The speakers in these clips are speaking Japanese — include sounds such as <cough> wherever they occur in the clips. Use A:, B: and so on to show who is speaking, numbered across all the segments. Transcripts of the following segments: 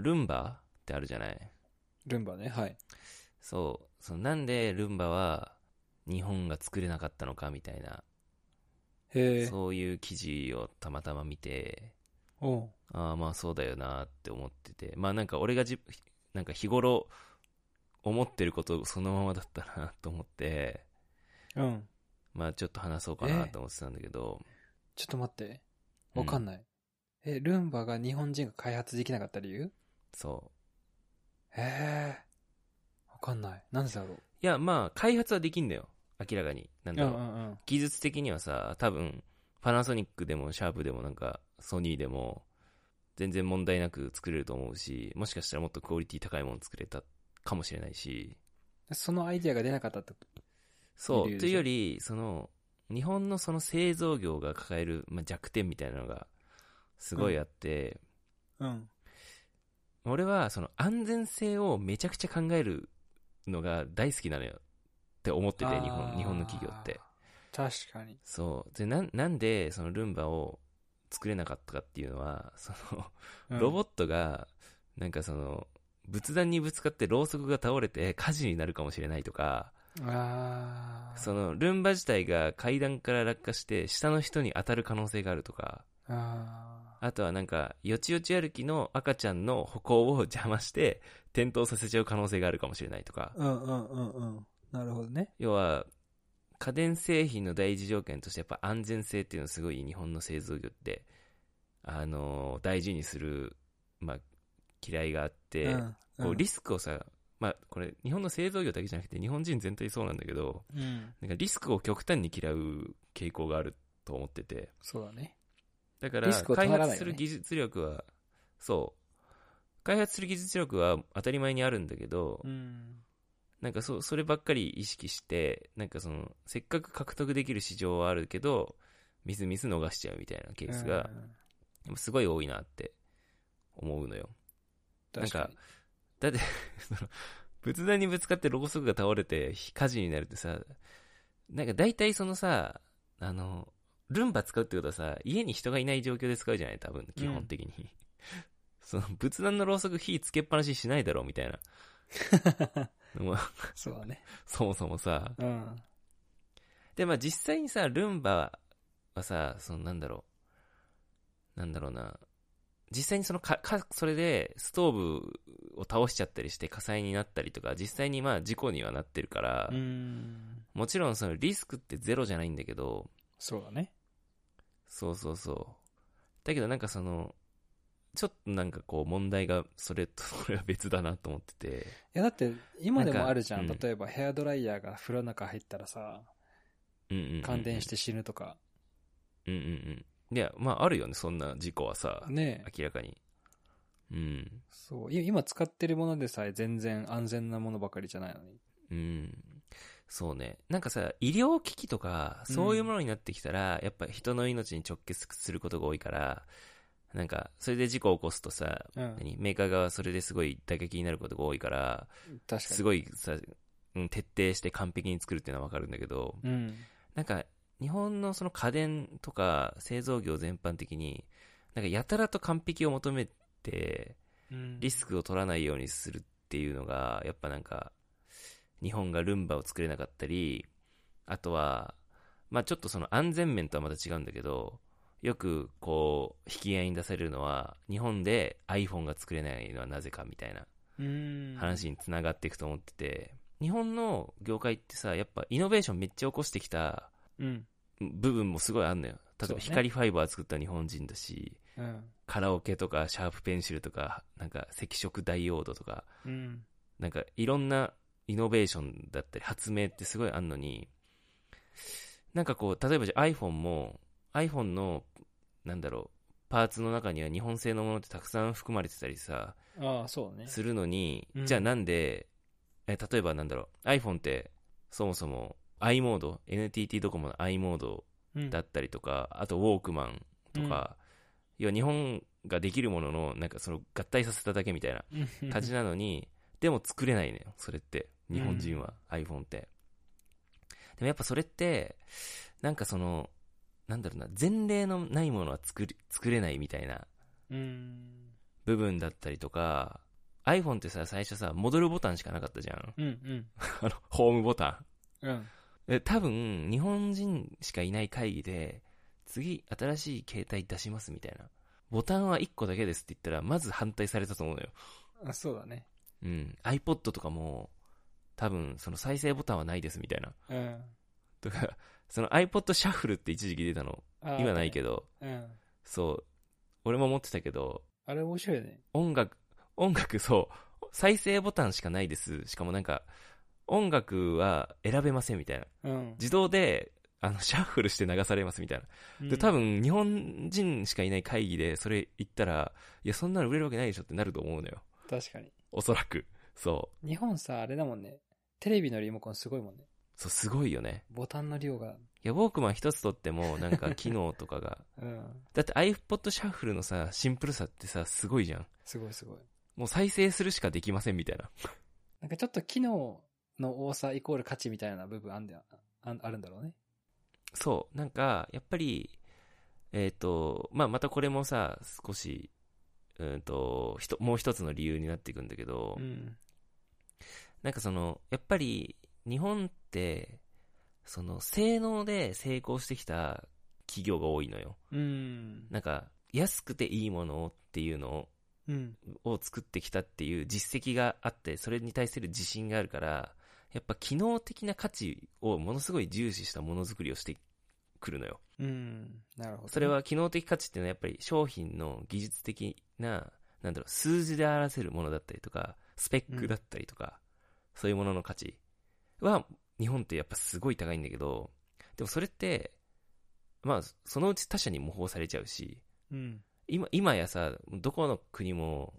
A: ルンバってあるじゃない
B: ルンバね、はい。
A: そう。そのなんでルンバは日本が作れなかったのかみたいな、
B: へえ。
A: そういう記事をたまたま見て、
B: おう
A: ああ、まあそうだよなって思ってて。まあなんか俺がじ、なんか日頃思ってることそのままだったなと思って、
B: うん。
A: まあちょっと話そうかなと思ってたんだけど、
B: ちょっと待って。わかん
A: い。
B: ない。え、ルンバが日本人が開発できなかった理由
A: そう。
B: へえ。わかんない。なんでだろう。
A: いや、まあ開発はできんだよ。明らかに。なんだろう。
B: んうん。
A: 技術的にはさ、多分、パナソニックでもシャープでもなんか、ソニーでも、全然問題なく作れると思うし、もしかしたらもっとクオリティ高いもの作れたかもしれないし、
B: そのアイディアが出なかったってこ
A: そ、
B: いいうでしょ
A: というより、その、日本のその製造業が抱える、まあ、弱点みたいなのが、すごいあって、
B: と。うん。
A: 俺はその安全性をめちゃくちゃ考えるのが大好きなのよって思ってて、日
B: あ
A: 本、
B: ー
A: 日本の企業って。。
B: 確かに。
A: そう。で、なん、なんで、そのルンバを作れなかったかっていうのは、そ
B: うん
A: の、ロボットが、なんかその、仏壇にぶつかってろうそくが倒れて火事になるかもしれないとか、
B: ああ。
A: その、ルンバ自体が階段から落下して、下の人に当たる可能性があるとか、
B: あ
A: あとはなんか、よちよち歩きの赤ちゃんの歩行を邪魔して、転倒させちゃう可能性があるかもしれないとか
B: あ。、うんうんうんうん。なるほどね。
A: 要は、家電製品の第一条件としてやっぱ安全性っていうのをすごい日本の製造業って、あのー大事にする、まあ、嫌いがあって、
B: うん
A: こ
B: う
A: うんリスクをさ、まあ、これ日本の製造業だけじゃなくて日本人全体そうなんだけど、
B: うん。
A: なんかリスクを極端に嫌う傾向があると思ってて、
B: そうだね。
A: だから
B: リスクを取
A: 開
B: らない
A: 発す
B: よね
A: る技術力は、そう、開発する技術力は当たり前にあるんだけど、
B: うん。
A: なんかそそればっかり意識してなんかそのせっかく獲得できる市場はあるけどみすみす逃しちゃうみたいなケースがやっぱすごい多いなって思うのよ
B: うん、
A: なんか
B: 確に
A: だってその仏壇にぶつかってろうそくが倒れて火事になるってさなんか大体そのさあのルンバ使うってことはさ家に人がいない状況で使うじゃない多分基本的に、 <laughs> その仏壇のろうそく火つけっぱなししないだろうみたいなもう
B: <laughs> そうだね。
A: <laughs> そもそもさ
B: うん。
A: で、まあ実際にさ、ルンバはさ、そのなんだろう、なんだろうな、実際にそのか、か、それでストーブを倒しちゃったりして火災になったりとか、実際にまあ事故にはなってるから、
B: うん。
A: もちろんそのリスクってゼロじゃないんだけど、
B: そうだね。
A: そうそうそう。だけどなんかその、ちょっとなんかこう問題が、それと <laughs> これは別だなと思ってて、
B: いやだって今で
A: なん
B: も
A: か
B: あるじゃん
A: うん
B: 例えばヘアドライヤーが風呂の中入ったらさ
A: うんうんうんうん
B: 感電し。て死ぬとか
A: うんうんうん。いや、まああるよね、そんな事故はさ、
B: ねえ
A: 明らかに。うん。
B: そうい今使ってるものでさえ全然安全なものばかりじゃないのに
A: うん。そうね。なんかさ、医療機器とか、
B: うん
A: そういうものになってきたら、やっぱ人の命に直結することが多いから、なんか、それで事故を起こすとさ、
B: うん
A: 何メーカー側はそれですごい打撃になることが多いから、
B: 確かに
A: すごいさ、うん徹底して完璧に作るっていうのはわかるんだけど、
B: うん
A: なんか、日本のその家電とか製造業全般的に、なんかやたらと完璧を求めて、
B: うん
A: リスクを取らないようにするっていうのが、やっぱなんか、日本がルンバを作れなかったり、あとは、まあちょっとその安全面とはまた違うんだけど、よくこう、引き合いに出されるのは、日本で iPhone が作れないのはなぜかみたいな
B: うん
A: 話につながっていくと思ってて、日本の業界ってさ、やっぱイノベーションめっちゃ起こしてきた
B: うん
A: 部分もすごいあんのよ。例え
B: そう
A: ば
B: ね
A: 光ファイバー作った日本人だし、
B: うん
A: カラオケとかシャープペンシルとか、なんか赤色ダイオードとか、
B: うん
A: なんかいろんなイノベーションだったり発明ってすごいあんのに、なんかこう、例えばじゃあ iPhone も、iPhone の、なんだろう、パーツの中には日本製のものってたくさん含まれてたりさ、
B: ああそうね
A: するのに、
B: うん
A: じゃあなんで、え、例えばなんだろう、iPhone ってそもそも i モード、NTT ドコモの i モード
B: うん
A: だったりとか、あとウォークマンとか、要は日本ができるものの、なんかその合体させただけみたいな。
B: うん
A: 感じなのに、でも作れないのよ、それって。日本人は、iPhone って。でもやっぱそれって、なんかその、なんだろうな、前例のないものは作り、作れないみたいな
B: うん
A: 部分だったりとか、iPhone ってさ、最初さ、戻るボタンしかなかったじゃん。 <laughs>
B: うん
A: あの、ホームボタン。
B: うん。うん。
A: え多分、日本人しかいない会議で、次、新しい携帯出しますみたいな。ボタンは1個だけですって言ったら、まず反対されたと思うのよ。
B: あそうだね。
A: うん。iPod とかも、多分、その再生ボタンはないですみたいな。
B: うん。
A: とか、 <laughs> その iPod シャッフルって一時期出たの。
B: あ
A: 今ないけ
B: ど。
A: ど、
B: うん。
A: そう。俺も持ってたけど、
B: あれ面白いよね。
A: 音楽、音楽そう、再生ボタンしかないです。しかもなんか、音楽は選べませんみたいな。
B: うん。
A: 自動で、あの、シャッフルして流されますみたいな。で、多分、日本人しかいない会議でそれ言ったら、いや、そんなの売れるわけないでしょってなると思うのよ。
B: うん。確かに。
A: おそらく。そう。
B: 日本さ、あれだもんね。テレビのリモコンすごいもんね。
A: そう、すごいよね。
B: ボタンの量が。
A: いや、ウォークマン一つとっても、なんか、機能とかが。
B: うん。
A: だって iPod シャッフルのさ、シンプルさってさ、すごいじゃん。
B: すごいすごい。
A: もう再生するしかできませんみたいな。
B: なんかちょっと機能の多さイコール価値みたいな部分あんだよあんあるんだろうね。
A: そう、なんか、やっぱり、えっ、と、まあ、またこれもさ、少し、うんと、ひともう一つの理由になっていくんだけど、
B: ん。
A: なんかその、やっぱり、日本って、その、性能で成功してきた企業が多いのよ。
B: うん。
A: なんか、安くていいものをっていうの
B: うん。
A: をを作ってきたっていう実績があって、それに対する自信があるから、やっぱ機能的な価値をものすごい重視したものづくりをしてくるのよ。
B: うん。なるほど。
A: それ、は機能的価値っていうのはやっぱり商品の技術的な、なんだろう、数字で表せるものだったりとか、スペックだったりとか、そういうものの価値は、日本ってやっぱすごい高いんだけど、でもそれって、まあ、そのうち他社に模倣されちゃうし、
B: うん。
A: 今、今やさ、どこの国も、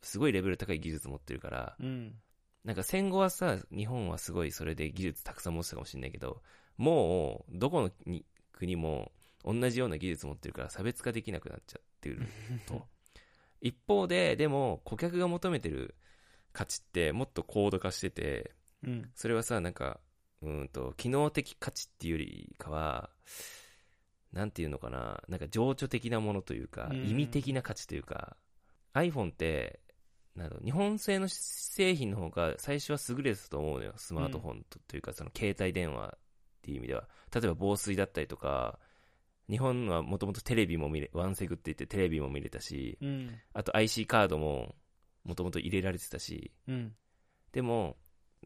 A: すごいレベル高い技術持ってるから、
B: うん。
A: なんか戦後はさ、日本はすごいそれで技術たくさん持ってたかもしれないけど、もう、どこの国国も同じような技術持ってるから差別化できなくなっちゃってると。一方で、でも顧客が求めてる価値ってもっと高度化してて、
B: うん。
A: それはさ、なんか、うーんと、機能的価値っていうよりかは、なんていうのかな、なんか情緒的なものというか、
B: うん
A: 意味的な価値というか、iPhone って、なんだろう日本製の製品の方が最初は優れてたと思うのよ。スマートフォンと,、というか、その携帯電話っていう意味では。例えば防水だったりとか、日本はもともとテレビも見れ、ワンセグって言ってテレビも見れたし、
B: うん。
A: あと IC カードももともと入れられてたし、
B: うん。
A: でも、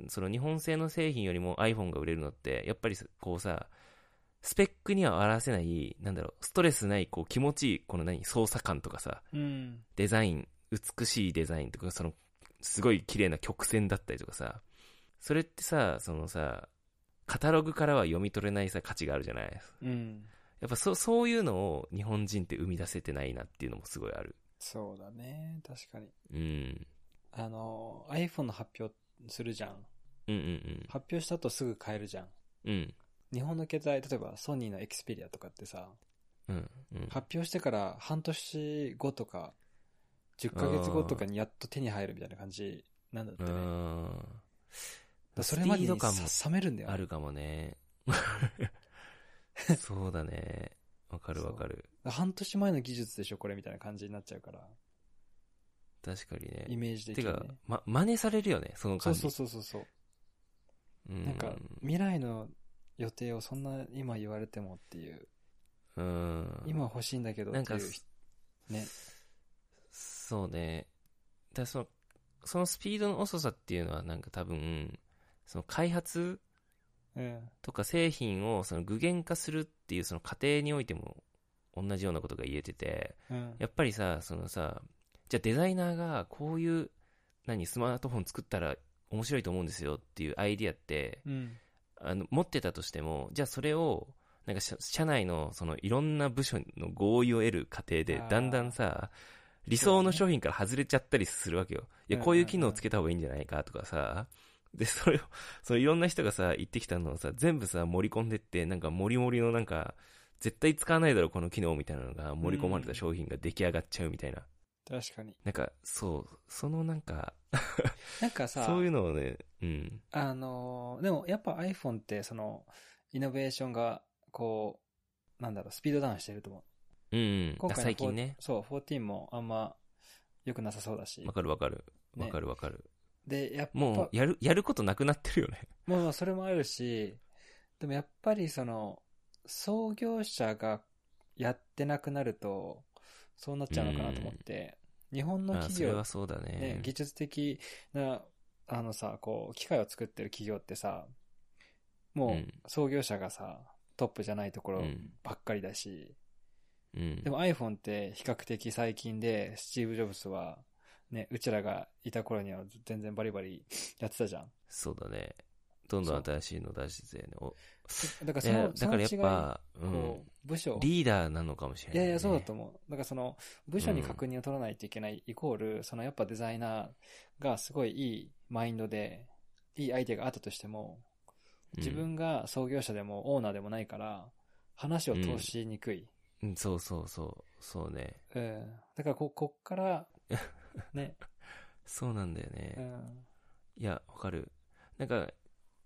A: その日本製の製品よりも iPhone が売れるのって、やっぱりこうさ、スペックには表せない、なんだろう、ストレスない、こう気持ちいい、この何、操作感とかさ、
B: うん。
A: デザイン、美しいデザインとか、その、すごい綺麗な曲線だったりとかさ、それってさ、そのさ、カタログからは読み取れないさ、価値があるじゃない
B: うん。
A: やっぱそ、そういうのを日本人って生み出せてないなっていうのもすごいある。
B: そうだね。確かに。
A: うん。
B: あの、iPhone の発表するじゃん。
A: うんうん
B: 発表した後すぐ買えるじゃん。
A: うん。うん。
B: 日本の携帯、例えばソニーの Xperia とかってさ、
A: うん。うん。
B: 発表してから半年後とか、10ヶ月後とかにやっと手に入るみたいな感じなんだって
A: う
B: ね。だか
A: ん。
B: らそれまで
A: スピード
B: にさ
A: 感も
B: 冷めるんだよね。
A: あるかも
B: <laughs>
A: ね。そうだね。わかるわかる。
B: 半年前の技術でしょ、これみたいな感じになっちゃうから、
A: 確かに
B: イ
A: ね。
B: メージ
A: て
B: 的に、ね。
A: か、ま、真似されるよね、その
B: そ
A: 感
B: う
A: じ。
B: そうそうそうそう。
A: うん
B: なんか、未来の予定をそんな今言われてもっていう、
A: うん。
B: 今欲しいんだけどって
A: ないんか
B: う、ね。
A: そうね。だからその、そのスピードの遅さっていうのはなんか多分、その開発
B: うん。
A: とか製品をその具現化するっていうその過程においても同じようなことが言えてて、
B: うん。
A: やっぱりさ、そのさ、じゃあデザイナーがこういう、何、スマートフォン作ったら面白いと思うんですよっていうアイディアって、
B: うん。
A: あの、持ってたとしても、じゃあそれを、なんか社社内のそのいろんな部署の合意を得る過程で
B: あー、
A: だんだんさ、理想の商品から外れちゃったりするわけよ。いや、
B: うん
A: こういう機能つけた方がいいんじゃないかとかさ、で、それを、 <laughs> そのいろんな人がさ、言ってきたのをさ、全部さ、盛り込んでって、なんか盛り盛りのなんか、絶対使わないだろ、この機能みたいなのが盛り込まれた商品が出来上がっちゃうみたいな。
B: 確かに。
A: なんか、そう、そのなんか、
B: なんかさ、
A: そういうのをね、うん、
B: あのーでもやっぱ iPhone ってその、イノベーションが、こう、なんだろう、スピードダウンしてると思
A: う
B: う。
A: ん、
B: 今
A: あ
B: 回の
A: 最近ね。
B: そう、14もあんま、良くなさそうだし
A: わ。かるわかる。
B: ね
A: わかるわかる。
B: で、やっぱ、
A: もう、やる、やることなくなってるよね。
B: もうそれもあるし、でもやっぱりその、創業者がやってなくなると、そうなっちゃうのかなと思って、日本の
A: あ
B: 企
A: それ
B: 業
A: は、そうだ
B: ね
A: ね、。
B: 技術的な、あのさ、こう、機械を作ってる企業ってさ、
A: う
B: もうん創業者がさ、トップじゃないところ
A: うん
B: ばっかりだし、
A: うん。
B: でも iPhone って比較的最近で、スティーブ・ジョブスは、ね、うちらがいた頃には全然バリバリやってたじゃん。
A: そうだね。どんどん新しいの出してたよね。お
B: だから
A: い
B: そ
A: や
B: の、
A: だからやっ
B: その違い
A: ぱ、う
B: こ
A: ん。
B: う、部署、い
A: リーダーなのかもしれない、
B: や
A: ね。
B: いや、そうだと思う。だからその、部署に確認を取らないといけない、イコール、そのやっぱデザイナーがすごいいいマインドで、いいアイデアがあったとしても、
A: うん
B: 自分が創業者でもオーナーでもないから、話を通しにくい。
A: うん、そうそうそう。そうね。
B: うん。だからこ、こ
A: <laughs>
B: っから、ね、
A: そうなんだよね。
B: うん。
A: いや、わかる。なんか、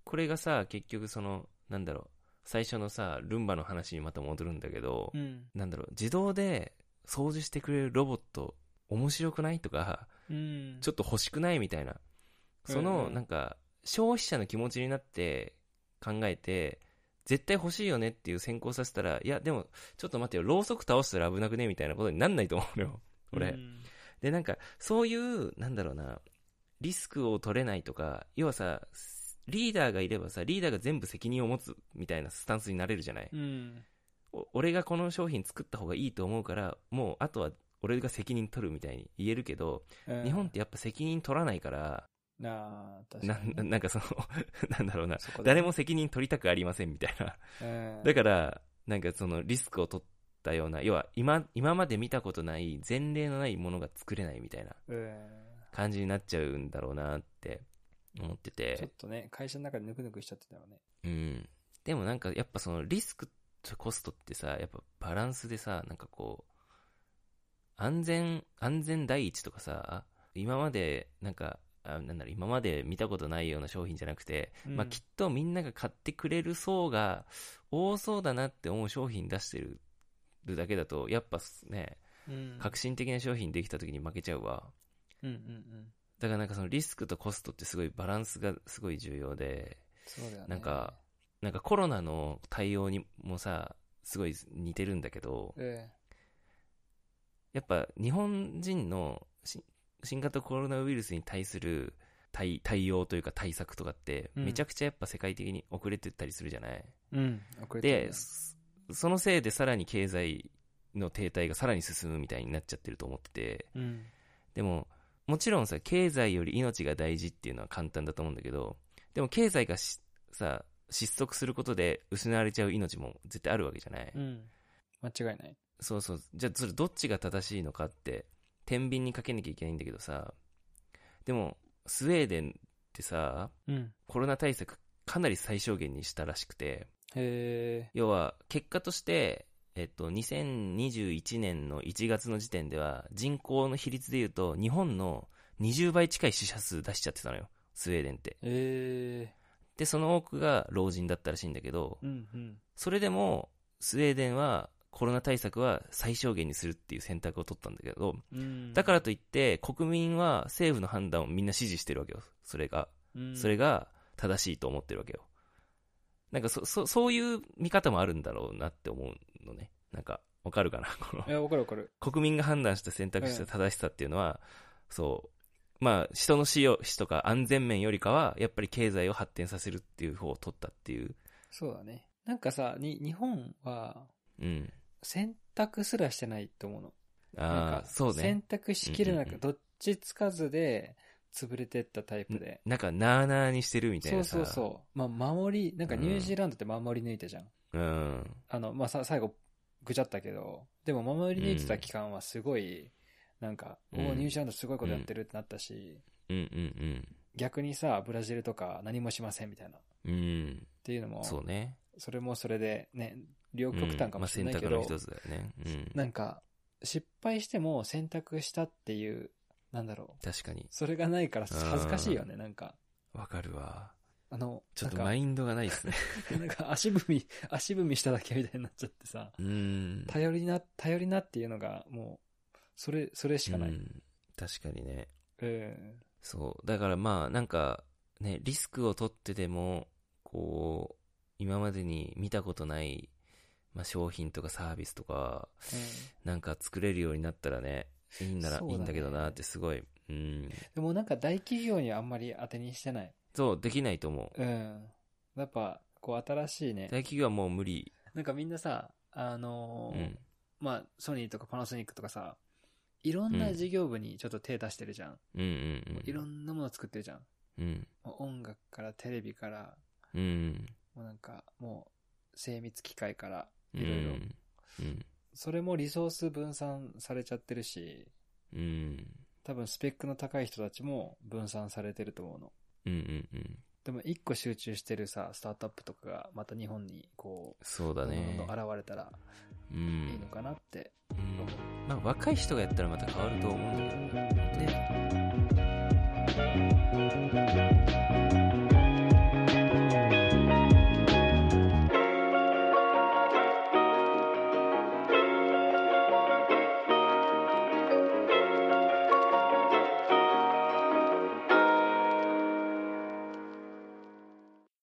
A: これがさ、結局その、なんだろう、最初のさ、ルンバの話にまた戻るんだけど、
B: うん。
A: なんだろう、自動で掃除してくれるロボット、面白くないとか、
B: うん。
A: ちょっと欲しくないみたいな。そ
B: うん
A: の、
B: うん
A: なんか、消費者の気持ちになって考えて、絶対欲しいよねっていう先行させたら、いや、でも、ちょっと待ってよ、ろうそく倒したら危なくねみたいなことになんないと思うのよ、俺。
B: うん
A: で、なんか、そういう、なんだろうな、リスクを取れないとか、要はさ、リーダーがいればさ、リーダーが全部責任を持つみたいなスタンスになれるじゃない。
B: うん。
A: お俺がこの商品作った方がいいと思うから、もう、あとは俺が責任取るみたいに言えるけど、
B: うん
A: 日本ってやっぱ責任取らないから、
B: なあ、確
A: な
B: かにね。
A: なんかその、 <laughs> なんだろうな、
B: そこでね
A: 誰も責任取りたくありませんみたいな。
B: うん
A: だから、なんかそのリスクを取ったような、要は今、今まで見たことない、前例のないものが作れないみたいな。
B: うん。
A: 感じになっちゃうんだろうなって思って、
B: ちょってとね、会社の中でぬくぬくしちゃってたよね。
A: うん。でもなんかやっぱそのリスクとコストってさ、やっぱバランスでさ、なんかこう、安全、安全第一とかさ、今までなんか、あなんだろう今まで見たことないような商品じゃなくて、
B: うん
A: まあきっとみんなが買ってくれる層が多そうだなって思う商品出してるだけだと、やっぱね、
B: うん
A: 革新的な商品できた時に負けちゃうわ。
B: うんうんうん。
A: だからなんかそのリスクとコストってすごいバランスがすごい重要で、
B: そうだよね。
A: なんか、なんかコロナの対応にもさ、すごい似てるんだけど、
B: え
A: やっぱ日本人のし新型コロナウイルスに対する対対応というか対策とかって、
B: うん
A: めちゃくちゃやっぱ世界的に遅れてったりするじゃない、
B: えうん。遅れてるね
A: で、そそのせいでさらに経済の停滞がさらに進むみたいになっちゃってると思ってて、
B: うん。
A: でも、もちろんさ、経済より命が大事っていうのは簡単だと思うんだけど、でも経済がしさ、失速することで失われちゃう命も絶対あるわけじゃない、
B: うん。間違いない。
A: そうそう。じゃあ、それどっちが正しいのかって、天秤にかけなきゃいけないんだけどさ、でも、スウェーデンってさ、
B: うん。
A: コロナ対策かなり最小限にしたらしくて、
B: へえ。
A: 要は、結果として、えっと、2021年の1月の時点では、人口の比率で言うと、日本の20倍近い死者数出しちゃってたのよ。スウェーデンって。
B: ええ。
A: で、その多くが老人だったらしいんだけど
B: う、んうん。
A: それでも、スウェーデンは、コロナ対策は最小限にするっていう選択を取ったんだけど、
B: うん。
A: だからといって、国民は政府の判断をみんな支持してるわけよ。それが。
B: うん、
A: それが正しいと思ってるわけよ。なんかそ、そ、そういう見方もあるんだろうなって思うのね。なんか、わかるかな <laughs> こ
B: い
A: の、
B: や、わかるわかる。
A: 国民が判断した選択した正しさっていうのは、そう、まあ、人の死を、死とか安全面よりかは、やっぱり経済を発展させるっていう方を取ったっていう。
B: そうだね。なんかさ、に、日本は
A: うん。
B: 選択すらしてないと思うの。なん
A: ああ、
B: か
A: そうね
B: 選。択しきれな
A: うんうん
B: く、
A: うん
B: どっちつかずで潰れてったタイプで。
A: なんか、なあなあにしてるみたい
B: そう
A: なさ。
B: そうそう。まあ、守り、なんかニュージーランドって守り抜いたじゃん。
A: う。うん。
B: あの、まあ、さ、最後、ぐちゃったけど、でも守り抜いてた期間はすごい、なんか、お
A: うん
B: おニュージーランドすごいことやってるってなったし、
A: うんうん
B: 逆にさ、ブラジルとか何もしませんみたいな、っ
A: うん。うん。
B: ていうのも、
A: そうね。
B: それもそれで、ね、両極端かもしれないけ
A: うんま
B: ど
A: あ、選択の一つだよね。うん。
B: なんか、失敗しても選択したっていう、なんだろう、
A: 確かに。
B: それがないから恥ずかしいよね、なんか。
A: わかるわ。
B: あの、
A: ちょっと
B: なん
A: マ
B: か
A: インドがないです
B: <laughs>
A: ね。
B: なんか足踏み、 <laughs> 足踏みしただけみたいになっちゃってさ、
A: うん。
B: 頼りな、頼りなっていうのが、もう、それ、それしかない。
A: うん確かにね。
B: うん。
A: そう。だからまあ、なんか、ね、リスクを取ってでも、こう、今までに見たことない、まあ、商品とかサービスとか、なんか作れるようになったらね、いいんなら、
B: そう
A: い
B: だね
A: いんだけどなってすごい、うん。
B: でもなんか大企業にはあんまり当てにしてない。
A: そう、できないと思う。
B: うん。やっぱ、こう新しいね。
A: 大企業はもう無理。
B: なんかみんなさ、あ
A: う
B: のー
A: ん。
B: まあ、ソニーとかパナソニックとかさ、いろんな事業部にちょっと手出してるじゃん。
A: うんうんうん。
B: いろんなもの作ってるじゃん。
A: うん。
B: もう音楽からテレビから、
A: うん。
B: もうなんか、もう精密機械から、
A: うん。
B: いろいろ。
A: うん。
B: それもリソース分散されちゃってるし、
A: うん。
B: 多分スペックの高い人たちも分散されてると思うの。
A: うんうんうん。
B: でも一個集中してるさ、スタートアップとかがまた日本にこう、
A: そう
B: ど
A: だ
B: んどん
A: ね
B: どん。どん現れたら
A: う
B: いいの
A: ん。
B: かなって
A: う
B: 思
A: ん
B: う。
A: まあ、若い人がやったらまた変わると思うんだけどね。
B: ね